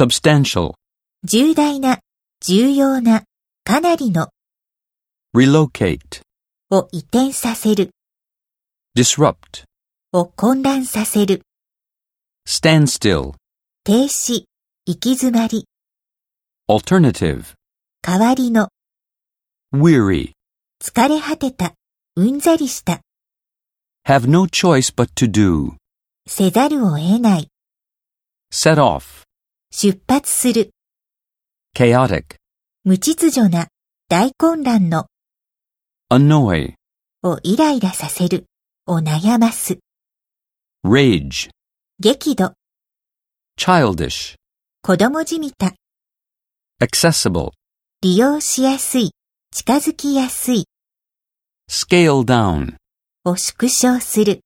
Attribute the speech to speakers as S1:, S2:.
S1: substantial,
S2: 重大な、重要な、かなりの
S1: relocate,
S2: を移転させる、
S1: disrupt,
S2: を混乱させる、
S1: stand still,
S2: 停止、行き詰まり、
S1: alternative,
S2: 代わりの、
S1: weary,
S2: 疲れ果てた、うんざりした、
S1: have no choice but to do,
S2: せざるを得ない、
S1: set off,
S2: 出発する、
S1: chaotic,
S2: 無秩序な、大混乱の
S1: annoy,
S2: をイライラさせる、を悩ます、
S1: rage,
S2: 激怒、
S1: childish,
S2: 子供じみた、
S1: accessible,
S2: 利用しやすい、近づきやすい、
S1: scale down.
S2: を縮小する。